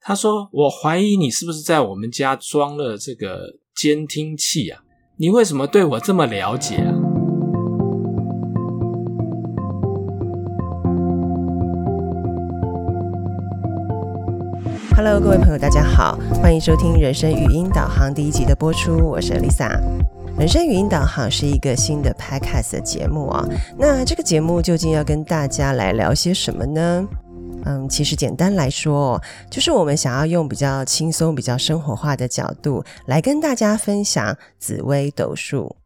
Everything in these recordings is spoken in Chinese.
他说：“我怀疑你是不是在我们家装了这个监听器啊？你为什么对我这么了解啊？” ？Hello，各位朋友，大家好，欢迎收听《人生语音导航》第一集的播出，我是 Lisa。人生语音导航是一个新的 Podcast 的节目啊、那这个节目究竟要跟大家来聊些什么呢？嗯，其实简单来说，就是我们想要用比较轻松、比较生活化的角度来跟大家分享紫微斗数。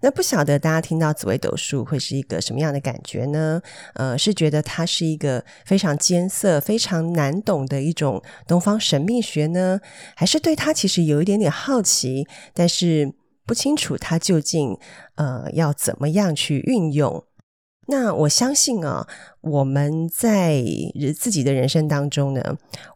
那不晓得大家听到紫微斗数会是一个什么样的感觉呢？呃，是觉得它是一个非常艰涩、非常难懂的一种东方神秘学呢，还是对它其实有一点点好奇，但是不清楚它究竟呃要怎么样去运用？那我相信啊、我们在人自己的人生当中呢，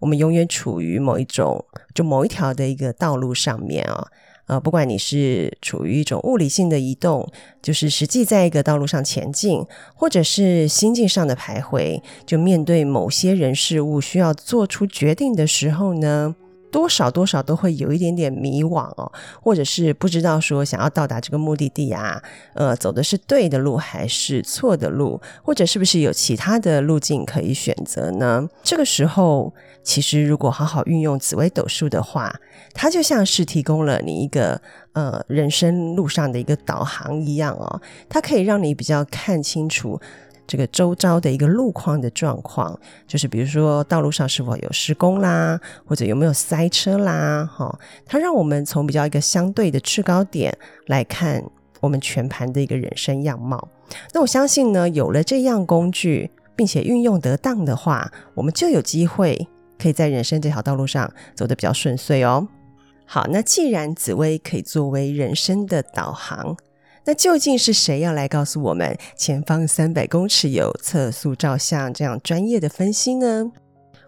我们永远处于某一种就某一条的一个道路上面啊、呃，不管你是处于一种物理性的移动，就是实际在一个道路上前进，或者是心境上的徘徊，就面对某些人事物需要做出决定的时候呢，多少多少都会有一点点迷惘哦，或者是不知道说想要到达这个目的地啊，呃，走的是对的路还是错的路，或者是不是有其他的路径可以选择呢？这个时候，其实如果好好运用紫微斗数的话，它就像是提供了你一个呃人生路上的一个导航一样哦，它可以让你比较看清楚。这个周遭的一个路况的状况，就是比如说道路上是否有施工啦，或者有没有塞车啦，哈、它让我们从比较一个相对的制高点来看我们全盘的一个人生样貌。那我相信呢，有了这样工具，并且运用得当的话，我们就有机会可以在人生这条道路上走得比较顺遂哦。好，那既然紫薇可以作为人生的导航，那究竟是谁要来告诉我们前方三百公尺有测速照相这样专业的分析呢？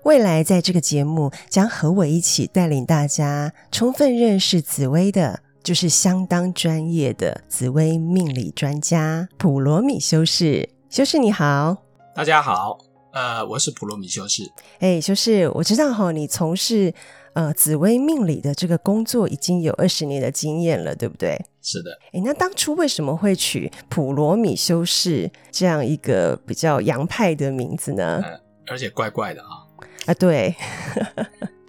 未来在这个节目将和我一起带领大家充分认识紫薇的，就是相当专业的紫薇命理专家普罗米修士。修士你好，大家好，呃，我是普罗米修士。哎，修士，我知道哈、你从事呃紫薇命理的这个工作已经有二十年的经验了，对不对？是的，诶，那当初为什么会取普罗米修士这样一个比较洋派的名字呢？而且怪怪的啊。啊，对，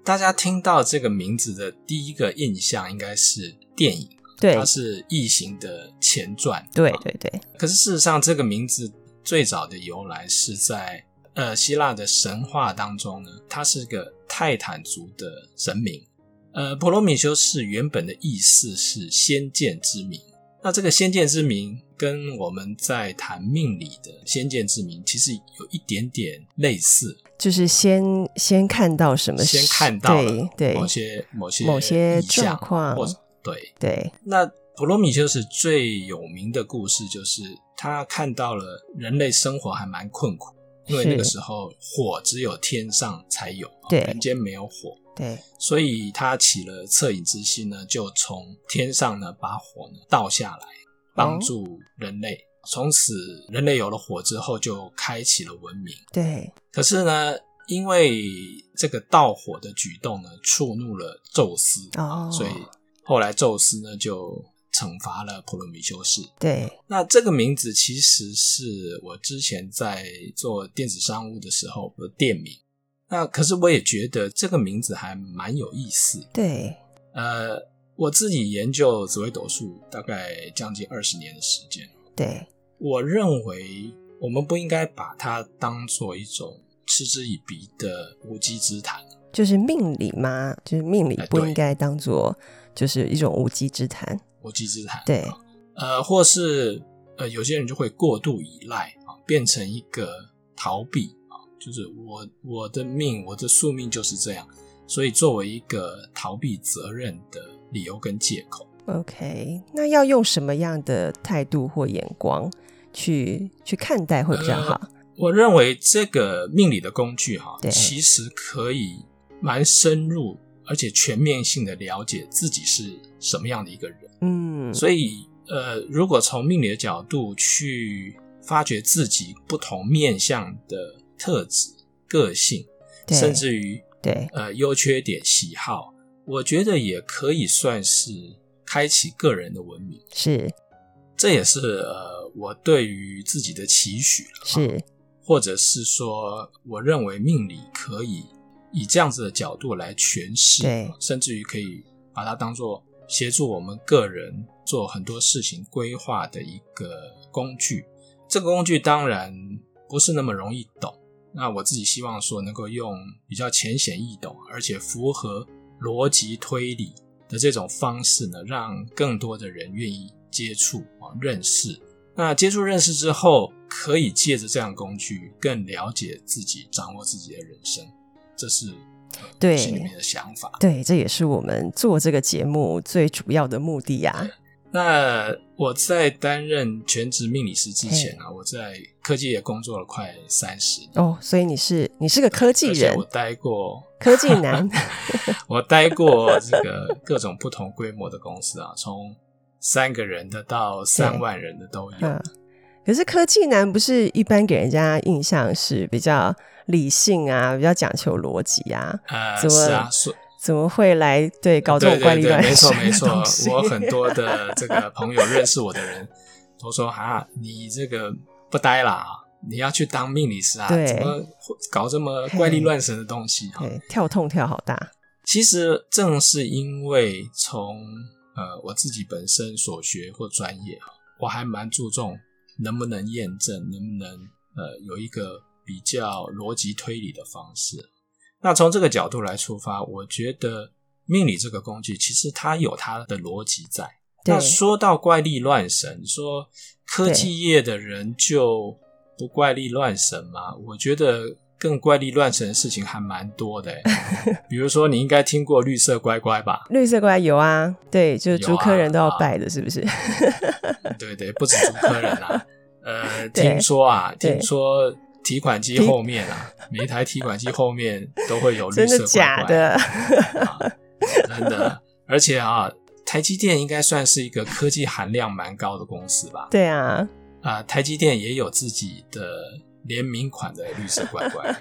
大家听到这个名字的第一个印象应该是电影，对它，是《异形》的前传。哦对，对，对，可是事实上，这个名字最早的由来是在呃希腊的神话当中呢，他是个泰坦族的神明。呃，普罗米修斯原本的意思是先见之明。那这个先见之明跟我们在谈命理的先见之明其实有一点点类似，就是先先看到什么事，先看到了对对某些某些某些意象状况或者对对，那普罗米修斯最有名的故事就是他看到了人类生活还蛮困苦，因为是那个时候火只有天上才有，哦对人间没有火，对，所以他起了恻隐之心呢，就从天上呢把火呢倒下来，哦帮助人类。从此，人类有了火之后，就开启了文明。对，可是呢，因为这个盗火的举动呢，触怒了宙斯，哦，所以后来宙斯呢就惩罚了普罗米修斯。对，那这个名字其实是我之前在做电子商务的时候的店名。那可是我也觉得这个名字还蛮有意思。对，呃，我自己研究紫微斗数大概将近二十年的时间，对，我认为我们不应该把它当做一种嗤之以鼻的无稽之谈。就是命理嘛，就是命理哎不对应该当做就是一种无稽之谈，无稽之谈。对，呃，或是呃，有些人就会过度依赖啊，变成一个逃避啊，就是我我的命，我的宿命就是这样，所以作为一个逃避责任的理由跟借口， OK，那要用什么样的态度或眼光去去看待会比呃较好？我认为这个命理的工具哈、对其实可以蛮深入而且全面性的了解自己是什么样的一个人。嗯，所以，呃，如果从命理的角度去发掘自己不同面向的特质、个性，对甚至于对，呃优缺点、喜好，我觉得也可以算是开启个人的文明。是这也是呃我对于自己的期许了啊，是，或者是说，我认为命理可以以这样子的角度来诠释对，甚至于可以把它当做协助我们个人做很多事情规划的一个工具。这个工具当然不是那么容易懂，那我自己希望说能够用比较浅显易懂，而且符合逻辑推理的这种方式呢，让更多的人愿意接触啊认识。那接触认识之后，可以借着这样工具更了解自己，掌握自己的人生，这是呃对心里面的想法。对，这也是我们做这个节目最主要的目的啊。那我在担任全职命理师之前啊，我在科技业工作了快三十年，哦，所以你是你是个科技而且人我，待过 科技男，我待过这个各种不同规模的公司啊，从三个人的到三万人的都有嗯。可是科技男不是一般给人家印象是比较理性啊，比较讲求逻辑啊，呃，怎么是啊，所怎么会来对搞这对种怪对力对，乱没错神没的错东西？，我很多的这个朋友认识我的 人都说啊，你这个不呆啦啊，你要去当命理师啊，对怎么会搞这么怪力乱神的东西哈、 对跳痛跳好大，其实正是因为从呃我自己本身所学或专业啊，我还蛮注重能不能验证，能不能呃有一个比较逻辑推理的方式。那从这个角度来出发，我觉得命理这个工具其实它有它的逻辑在。对那说到怪力乱神，说科技业的人就不怪力乱神吗？我觉得更怪力乱神的事情还蛮多的、 欸。比如说，你应该听过绿色乖乖吧？绿色怪有啊，对，就是有竹科人都要啊拜的，是不是？对对，不止竹科人 啊。呃，对听说啊，对听说提款机后面啊，每一台提款机后面都会有绿 真色的乖乖假的？啊，真的。而且啊，台积电应该算是一个科技含量蛮高的公司吧？ 对啊，啊、台积电也有自己的联名款的绿色乖乖，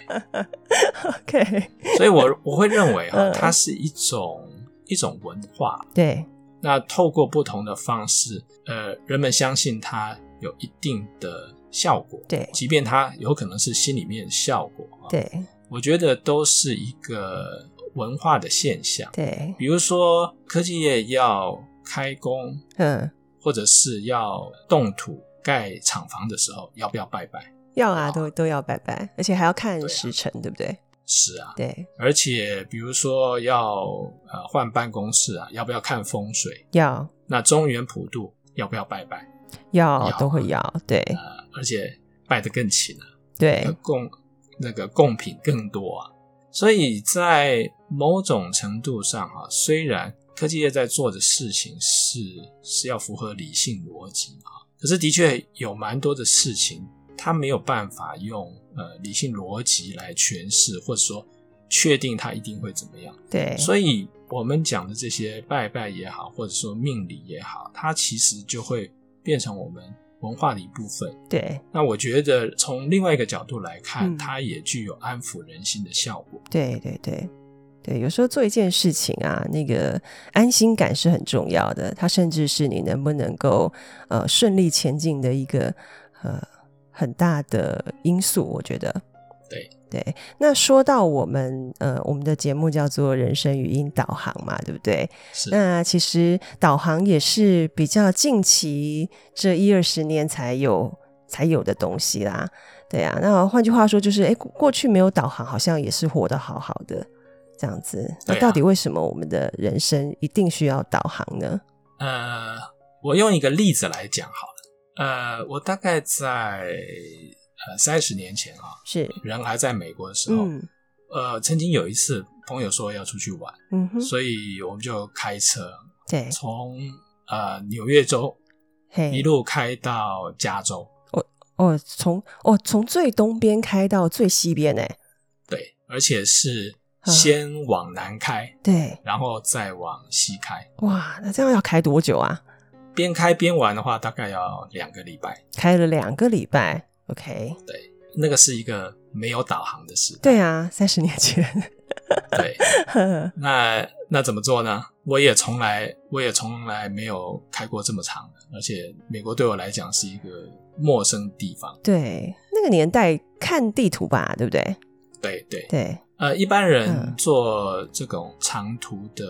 OK，所以我我会认为啊，嗯它是一种一种文化。对那透过不同的方式，呃，人们相信它有一定的效果，对即便它有可能是心里面的效果啊，对我觉得都是一个文化的现象。对，比如说科技业要开工，嗯，或者是要动土盖厂房的时候，要不要拜拜？要好啊，都都要拜拜，而且还要看对啊时辰，对不对？是啊，对，而且比如说要呃换办公室啊，要不要看风水？要那中原普渡要不要拜拜？要要都会要，对呃，而且拜得更勤啊，对呃供那个贡品更多啊。所以在某种程度上啊，虽然科技业在做的事情是是要符合理性逻辑啊，可是的确有蛮多的事情，它没有办法用呃理性逻辑来诠释，或者说确定它一定会怎么样。对，所以我们讲的这些拜拜也好，或者说命理也好，它其实就会变成我们文化的一部分。对那我觉得从另外一个角度来看，嗯它也具有安抚人心的效果。对对对对，有时候做一件事情啊，那个安心感是很重要的，它甚至是你能不能够呃顺利前进的一个呃很大的因素，我觉得。对对，那说到我们呃，我们的节目叫做《人生语音导航》嘛，对不对？是，那其实导航也是比较近期这一二十年才有才有的东西啦。对啊，那换句话说就是，哎，过过去没有导航，好像也是活得好好的这样子。那对啊到底为什么我们的人生一定需要导航呢？呃，我用一个例子来讲好了。呃，我大概在呃三十年前啊，是，人还在美国的时候，嗯呃，曾经有一次朋友说要出去玩，嗯哼，所以我们就开车对，从呃纽约州一嘿，路开到加州，哦，从哦从最东边开到最西边，哎，对，而且是啊先往南开，对，然后再往西开，哇，那这样要开多久啊？边开边玩的话，大概要两个礼拜。开了两个礼拜，OK，那个是一个没有导航的时代。对啊，三十年前， 对，那那怎么做呢？我也从来我也从来没有开过这么长的，而且美国对我来讲是一个陌生地方。对，那个年代看地图吧，对不对？对对，对呃，一般人嗯做这种长途的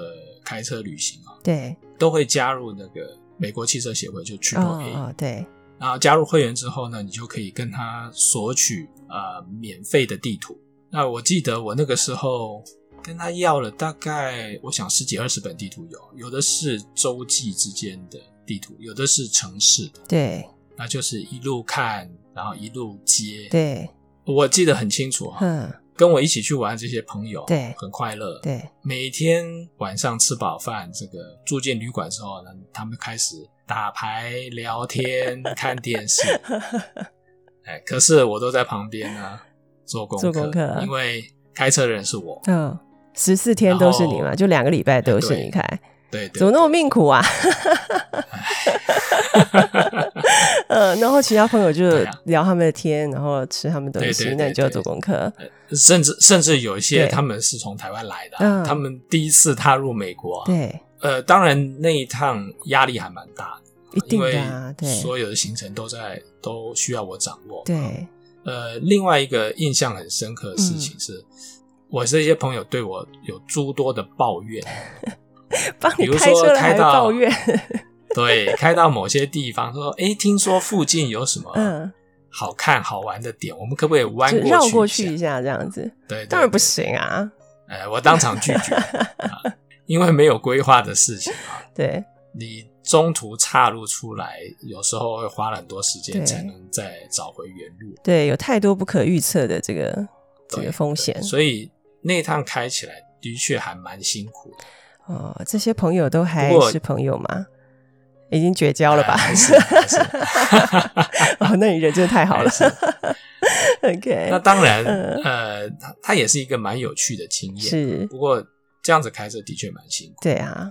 开车旅行啊，对，都会加入那个美国汽车协会，就 t r 哦 i p A，、哦对，然后加入会员之后呢，你就可以跟他索取呃免费的地图。那我记得我那个时候跟他要了大概，我想十几二十本地图有，有的是洲际之间的地图，有的是城市的，对那就是一路看，然后一路接。对，我记得很清楚哈、嗯跟我一起去玩这些朋友，对很快乐。对，每天晚上吃饱饭，这个住进旅馆之后呢，他们开始打牌、聊天、看电 视。哎，可是我都在旁边呢做功课，做功课啊因为开车的人是我。嗯，十四天都是你然嘛，后就两个礼拜都是对你开，对对怎么那么命 苦啊？ 呃，然后其他朋友就对啊聊他们的天，然后吃他们东对西，对那你就要对做功课。对，呃甚至甚至有一些对他们是从台湾来的啊、嗯他们第一次踏入美国、啊，对，呃，当然那一趟压力还蛮大的，一定因的为啊，对所有的行程都在都需要我掌握。对呃，另外一个印象很深刻的事嗯情是，我这些朋友对我有诸多的抱怨， 帮比你如开说车了开还到抱怨， 对，开到某些地方说，诶，听说附近有什么嗯，好看好玩的点，我们可不可以弯就呃过去一下？绕过去一下这样子，对，对当然对不行啊，呃，我当场拒 绝、啊因为没有规划的事情啊，对你中途岔路出来，有时候会花了很多时间对才能再找回原路。对，有太多不可预测的这个这对个风险所以那趟开起来的确还蛮辛苦的。哦。这些朋友都还不过是朋友吗？已经绝交了吧呃？还是还是 哦，那你人真的太好了还。是 OK，那当然，嗯呃，它它也是一个蛮有趣的经验。是不过这样子开车的确蛮辛苦。对啊，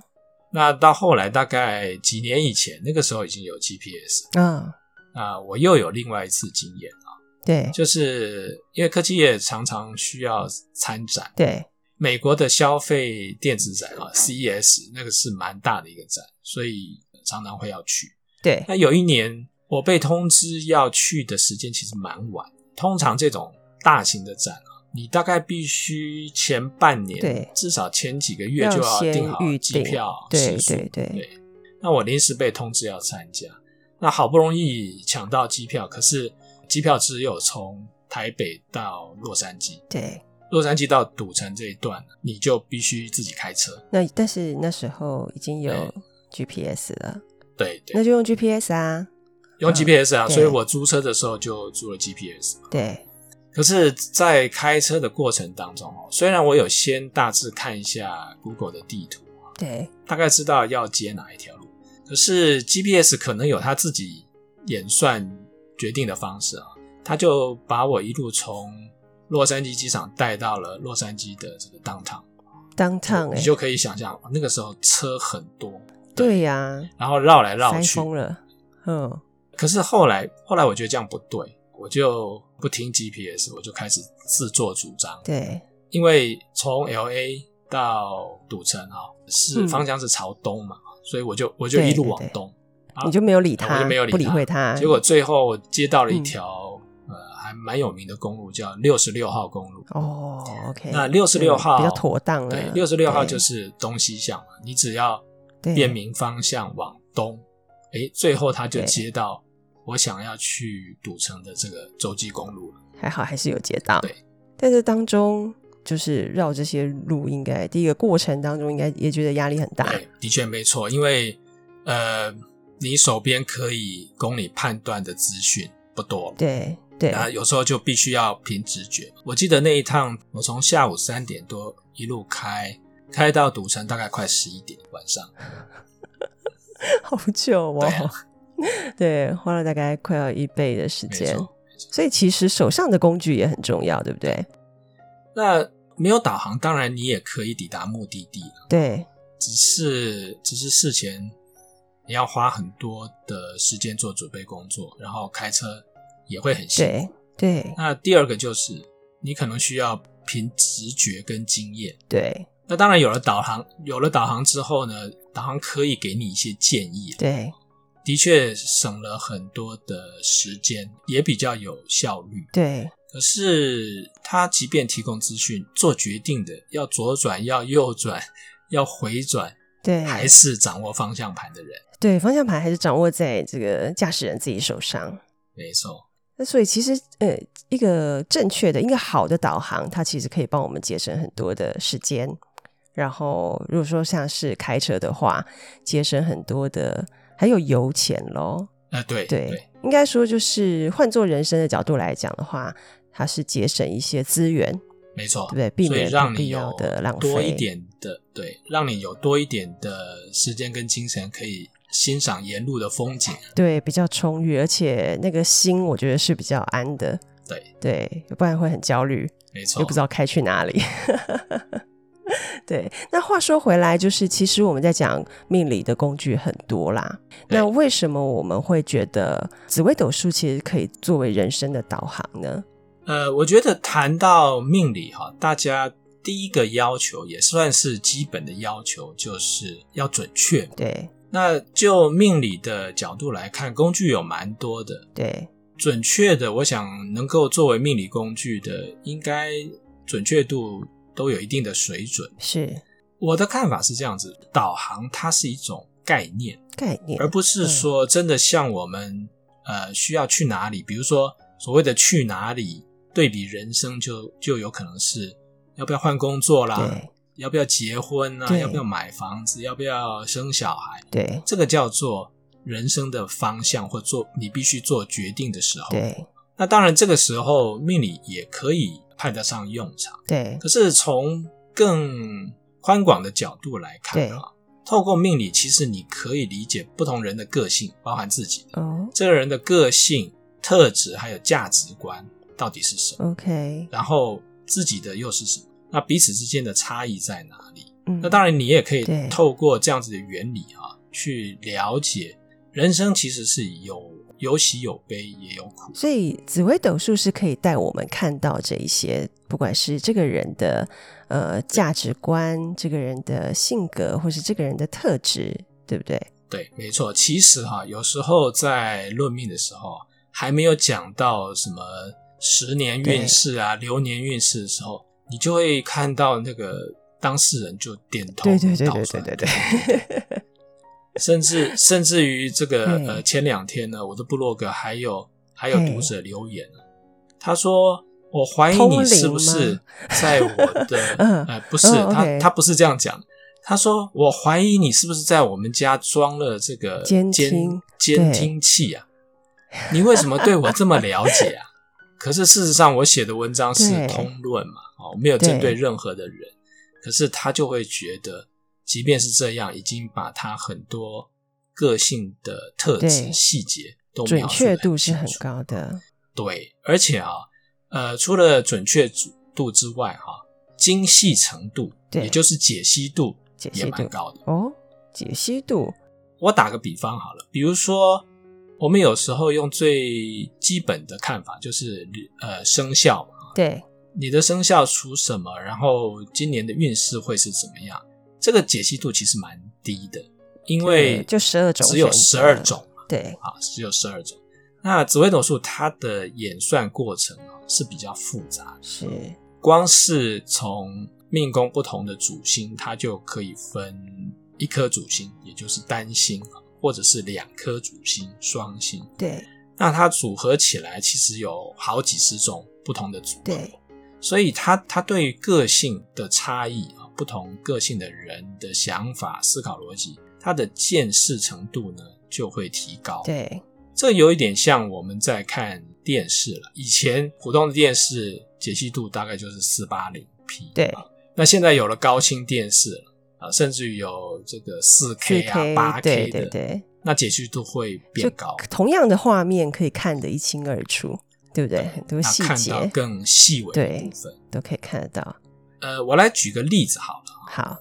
那到后来大概几年以前，那个时候已经有 GPS 啊、啊，我又有另外一次经验啊，对就是因为科技业常常需要参展，对，美国的消费电子展啊，CES 那个是蛮大的一个展，所以常常会要去。对，那有一年我被通知要去的时间其实蛮晚，通常这种大型的展啊，你大概必须前半年，对至少前几个月就先订好预机定票、对食宿对对，那我临时被通知要参加，那好不容易抢到机票，可是机票只有从台北到洛杉矶，对。洛杉矶到赌城这一段，你就必须自己开车。那但是那时候已经有对 GPS 了，对哎对，那就用 GPS 啊。用嗯 GPS 啊，对所以我租车的时候就租了 GPS。对可是，在开车的过程当中哦，虽然我有先大致看一下 Google 的地图，对大概知道要接哪一条路，可是 GPS 可能有它自己演算决定的方式啊，它就把我一路从洛杉矶机场带到了洛杉矶的这个 downtown， ，Downtown 哎、你就可以想象那个时候车很多，对呀、然后绕来绕塞去。疯了，嗯，可是后来，后来我觉得这样不对，我就不听 GPS，我就开始自作主张。对因为从 L A 到赌城啊，是嗯方向是朝东嘛，所以我就我就对一路对往对哎东，啊你就没有理他，我就没有理不理他会他，结果最后接到了一条、嗯呃还蛮有名的公路，叫六十六号公路。哦，OK，那66嗯号比较妥当了，对，六十六号对就是东西向嘛，你只要对辨明方向往东，诶，最后他就对接到我想要去赌城的这个洲际公路了。还好还是有接到。对，在这当中，就是绕这些路，应该第一个过程当中，应该也觉得压力很大。对，的确没错，因为呃，你手边可以供你判断的资讯不多，对对那有时候就必须要凭直觉。我记得那一趟，我从下午三点多一路开，开到赌城大概快十一点晚上， 好久哦对啊， 对，花了大概快要一倍的时没间。错。所以其实手上的工具也很重要，对不对？那没有导航，当然你也可以抵达目的地了，对只是只是事前你要花很多的时间做准备工作，然后开车也会很辛苦对。对那第二个就是你可能需要凭直觉跟经验。对那当然，有了导航，有了导航之后呢，导航可以给你一些建议，对，的确省了很多的时间，也比较有效率。对，可是它即便提供资讯，做决定的要左转、要右转、要回转，对，还是掌握方向盘的人。对方向盘还是掌握在这个驾驶人自己手上。没错，那所以其实呃，一个正确的、一个好的导航，它其实可以帮我们节省很多的时间。然后如果说像是开车的话，节省很多的，还有油钱喽。呃，对对，应该说就是换做人生的角度来讲的话，它是节省一些资源，没错对，不对？避所以免让不你必有要的浪费。多一点的，对，让你有多一点的时间跟精神可以欣赏沿路的风景。对，比较充裕，而且那个心我觉得是比较安的。对对，不然会很焦虑。没错，又不知道开去哪里。 对，那话说回来，就是其实我们在讲命理的工具很多啦。对那为什么我们会觉得紫微斗数其实可以作为人生的导航呢？呃，我觉得谈到命理哈，大家第一个要求也算是基本的要求，就是要准确。对那就命理的角度来看，工具有蛮多的，对准确的，我想能够作为命理工具的，应该准确度都有一定的水准。是我的看法是这样子，导航它是一种概念，概念而，不是说真的像我们呃需要去哪里，比如说所谓的去哪里，对比人生就就有可能是要不要换工作啦，对要不要结婚啦，对要不要买房子，要不要生小孩，对这个叫做人生的方向或做你必须做决定的时候。对那当然，这个时候命理也可以派得上用场。对可是从更宽广的角度来看啊，透过命理，其实你可以理解不同人的个性，包含自己的哦这个人的个性、特质还有价值观到底是什么， ，OK，然后自己的又是什么，那彼此之间的差异在哪里？嗯，那当然，你也可以对透过这样子的原理啊，去了解人生其实是有有喜有悲，也有苦。所以紫微斗数是可以带我们看到这一些，不管是这个人的呃价值观、这个人的性格，或是这个人的特质，对不对？对，没错。其实哈、有时候在论命的时候，还没有讲到什么十年运势啊、流年运势的时候，你就会看到那个当事人就点头对对对倒对出对来对对，甚至甚至于这个对呃，前两天呢，我的部落格还有还有对读者留言啊他说。我怀疑通灵你是不是吗在我 的嗯呃，不是嗯他 OK 他不是这样讲，他说我怀疑你是不是在我们家装了这个监监听监对听器啊？你为什么对我这么了解啊？ 可是事实上，我写的文章是对通论嘛，哦，没有针对对任何的人。可是他就会觉得，即便是这样，已经把他很多个性的特质对细节都准描述得确度是清很楚。高的，对，而且啊，呃，除了准确度之外、哈，精细程度，对也就是解析度解析也蛮度高的。哦，解析度，我打个比方好了，比如说我们有时候用最基本的看法就是呃生肖嘛，对你的生肖属什么，然后今年的运势会是怎么样，这个解析度其实蛮低的，因为对就12种只有十选二择种对啊，只有十二种。那紫微斗数它的演算过程啊是比较复杂的，是，光是从命宫不同的主星，它就可以分一颗主星，也就是单星啊，或者是两颗主星双星。对那它组合起来，其实有好几十种不同的组合。对所以它它对于个性的差异啊，不同个性的人的想法、思考逻辑，它的见识程度呢就会提高。，对这有一点像我们在看电视了。以前普通的电视解析度大概就是四八零 P，对啊那现在有了高清电视了啊，甚至于有这个四 K 啊、八 4K，对 K 对的，对，那解析度会就变高，同样的画面可以看得一清二楚，对不对？很多那细看到节更细微的对部分。都可以看得到。呃，我来举个例子好了。好，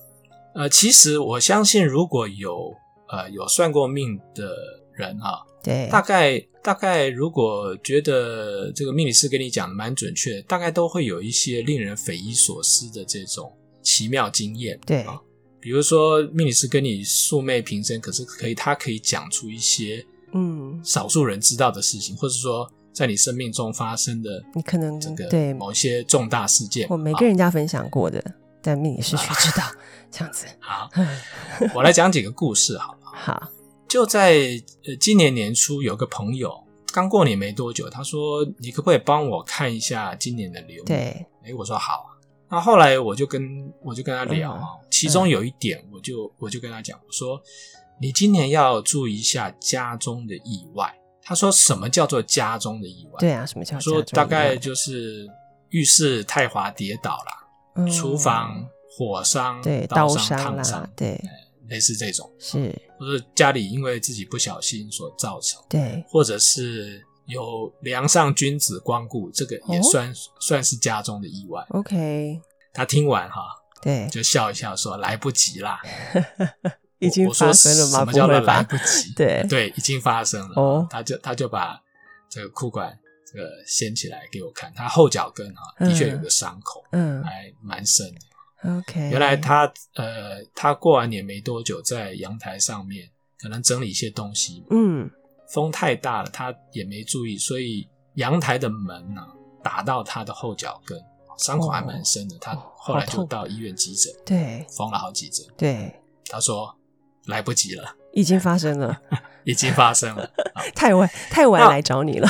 呃，其实我相信，如果有呃有算过命的人啊，对，大概大概，如果觉得这个命理师跟你讲的蛮准确的，大概都会有一些令人匪夷所思的这种奇妙经验。对啊，比如说命理师跟你素昧平生，可是可以他可以讲出一些嗯，少数人知道的事情，或者说在你生命中发生的你可能这个对某些重大事件。我没啊跟人家分享过的，但命理师却知道，这样子。好，我来讲几个故事啊好了。好，就在呃今年年初，有个朋友刚过年没多久，他说：“你可不可以帮我看一下今年的流年？”对，哎，我说好啊。那后来我就跟我就跟他聊啊，嗯其中有一点，我就我就跟他讲，我说你今年要注意一下家中的意外。他说什么叫做家中的意外？对啊，什么叫他说家中大意概外就是浴室太滑跌倒啦，嗯厨房火伤、对刀伤烫啦伤，，对，类似这种，是，或者家里因为自己不小心所造成，对，或者是有梁上君子光顾，这个也哦算、算是家中的意外。 OK，他听完哈、对，就笑一笑说：“来不及啦，已经我说发生了什吗？么不叫做会来吧？不及？ 对对，已经发生了。哦他就他就把这个裤管这个掀起来给我看，他后脚跟啊嗯的确有个伤口，嗯还蛮深的。 ，OK，哎原来他呃，他过完年没多久，在阳台上面可能整理一些东西，嗯，风太大了，他也没注意，所以阳台的门呢、打到他的后脚跟，伤口还蛮深的。他后来哦好就痛到医院急诊，对缝了好几针。对，他说来不及了，已经发生 了，已经发生了。 太晚太晚那来找你了，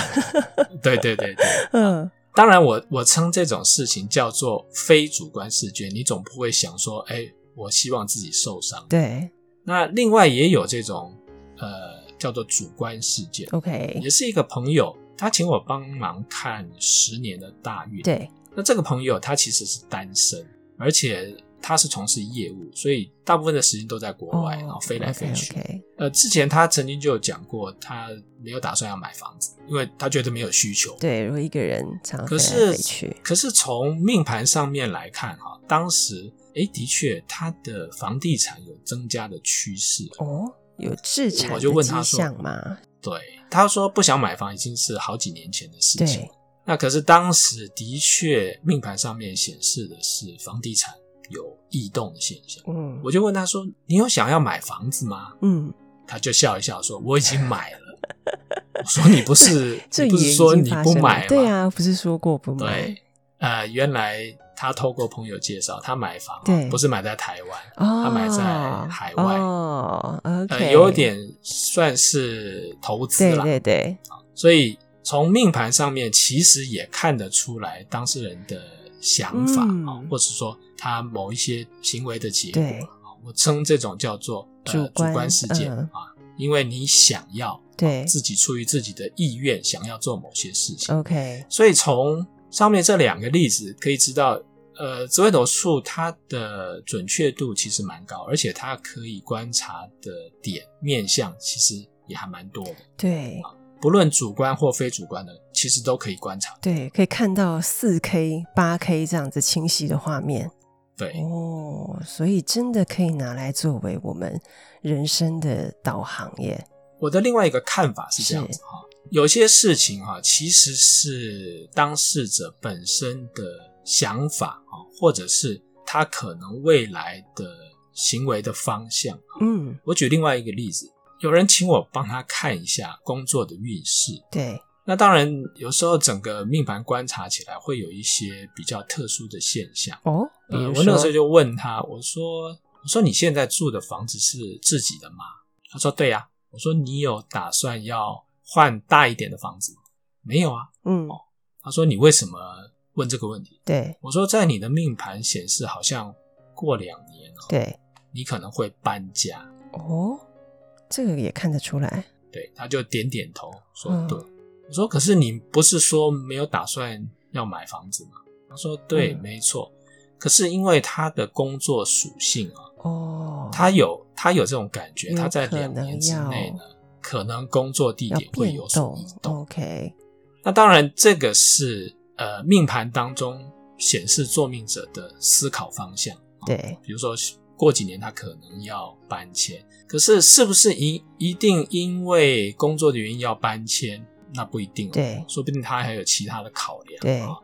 对对对对，嗯，当然我我称这种事情叫做非主观视觉，你总不会想说，哎，我希望自己受伤。对那另外也有这种呃叫做主观事件， ，OK，也是一个朋友，他请我帮忙看十年的大运。，对，那这个朋友他其实是单身，而且。他是从事业务，所以大部分的时间都在国哦外，然后飞来飞去。 o k 呃，之前他曾经就有讲过，他没有打算要买房子，因为他觉得没有需求。对，如果一个人常飞可来是飞去，可是从命盘上面来看哈、当时诶的确他的房地产有增加的趋势。哦，有自产我的就问他迹说象嘛？对，他说不想买房已经是好几年前的事情对。那可是当时的确命盘上面显示的是房地产有异动的现象。嗯，我就问他说：“你有想要买房子吗嗯，？”他就笑一笑说：“我已经买了。”我说：“你不是 这你不也是已说经你发不生了买吗？对啊，不是说过不买对，呃，原来他透过朋友介绍，他买房啊对不是买在台湾，哦，他买在海外哦，OK，、呃，有点算是投资对啦。对对，所以从命盘上面其实也看得出来当事人的想法啊、嗯或者说他某一些行为的结果对啊。我称这种叫做、呃、主主观事件、嗯啊，因为你想要对自己出于自己的意愿想要做某些事嗯情。 ，OK，所以从上面这两个例子可以知道，呃，紫微斗数它的准确度其实蛮高，而且它可以观察的点面相其实也还蛮多的，对不论主观或非主观的，其实都可以观察。对，可以看到四 K、八 K 这样子清晰的画面对，哦，所以真的可以拿来作为我们人生的导航耶。我的另外一个看法是这样子哈、有些事情哈、其实是当事者本身的想法啊，或者是他可能未来的行为的方向。嗯，我举另外一个例子，有人请我帮他看一下工作的运势。对，那当然，有时候整个命盘观察起来会有一些比较特殊的现象。哦，比呃，我如那说，个时候就问他，我说：“我说你现在住的房子是自己的吗？”他说：“对呀、啊我说：“你有打算要换大一点的房子吗？”没有啊。嗯，他说：“你为什么问这个问题对？”我说：“在你的命盘显示，好像过两年哦，对，你可能会搬家。”哦，这个也看得出来，对，他就点点头说嗯对。我说可是你不是说没有打算要买房子吗？他说对，嗯没错。可是因为他的工作属性啊，哦，他有他有这种感觉，有他在可两能年之内要呢，可能工作地要点会变有所动嗯移动。 ，OK，那当然，这个是呃命盘当中显示作命者的思考方向。对，比如说过几年他可能要搬迁。可是是不是一一定因为工作的原因要搬迁？那不一定、哦，对说不定他还有其他的考量。对啊，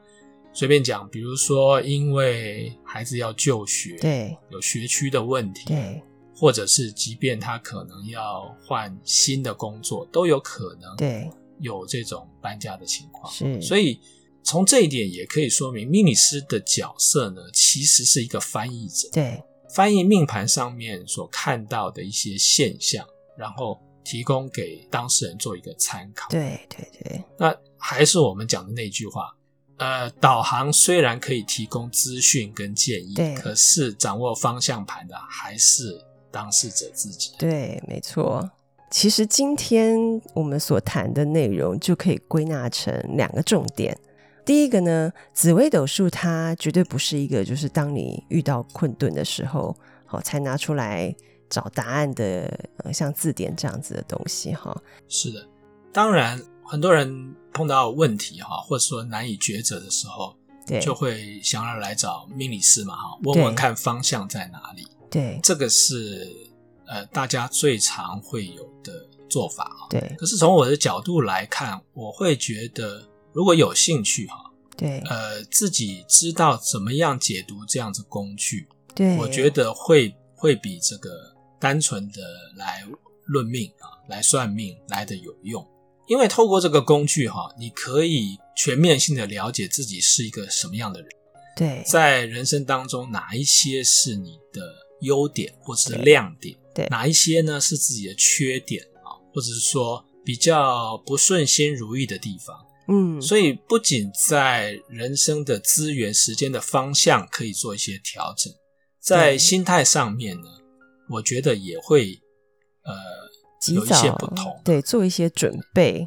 随便讲，比如说因为孩子要就学，，对有学区的问题，对或者是即便他可能要换新的工作，都有可能对，有这种搬家的情况。是，哦所以从这一点也可以说明，命理师的角色呢，其实是一个翻译者，对翻译命盘上面所看到的一些现象，然后提供给当事人做一个参考。对对对，那还是我们讲的那句话，呃，导航虽然可以提供资讯跟建议对，可是掌握方向盘的还是当事者自己。对，没错。其实今天我们所谈的内容就可以归纳成两个重点。第一个呢，紫微斗数它绝对不是一个就是当你遇到困顿的时候，好、才拿出来找答案的，呃，像字典这样子的东西哈、是的，当然，很多人碰到问题哈，或者说难以抉择的时候，对就会想要来找命理师嘛哈，问问看方向在哪里。对这个是呃大家最常会有的做法啊。对可是从我的角度来看，我会觉得如果有兴趣哈，对呃，自己知道怎么样解读这样子工具，对，我觉得会会比这个单纯的来论命啊、来算命来的有用。因为透过这个工具哈，你可以全面性的了解自己是一个什么样的人。对在人生当中，哪一些是你的优点或是亮点？对对哪一些呢是自己的缺点啊，或者是说比较不顺心如意的地方？嗯，所以不仅在人生的资源、时间的方向可以做一些调整，在对心态上面呢，我觉得也会呃及有一些早不同。对做一些准备，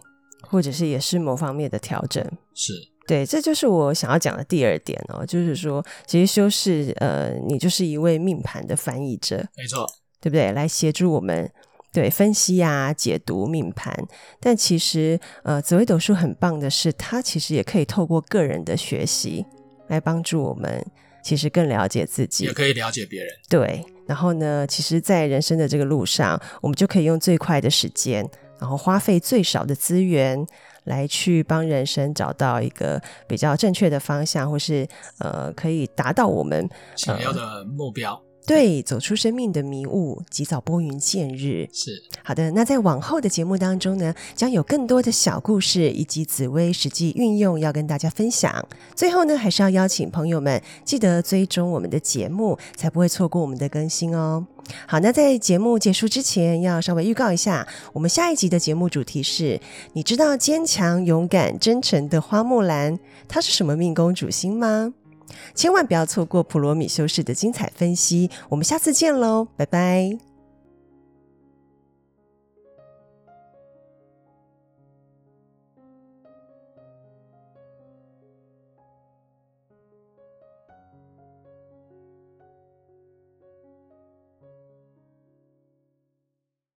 或者是也是某方面的调整。是对，这就是我想要讲的第二点哦，就是说，其实修饰，呃，你就是一位命盘的翻译者，没错，对不对？来协助我们对分析啊、解读命盘。但其实，呃，紫微斗数很棒的是，它其实也可以透过个人的学习来帮助我们，其实更了解自己也。可以了解别人。对，然后呢，其实，在人生的这个路上，我们就可以用最快的时间，然后花费最少的资源，来去帮人生找到一个比较正确的方向，或是呃，可以达到我们想要的目标对走出生命的迷雾，及早拨云见日。是好的，那在往后的节目当中呢，将有更多的小故事以及紫薇实际运用要跟大家分享。最后呢，还是要邀请朋友们记得追踪我们的节目，才不会错过我们的更新哦。好，那在节目结束之前，要稍微预告一下，我们下一集的节目主题是：你知道坚强、勇敢、真诚的花木兰她是什么命宫主星吗？千万不要错过普罗米修士的精彩分析，我们下次见喽，拜拜。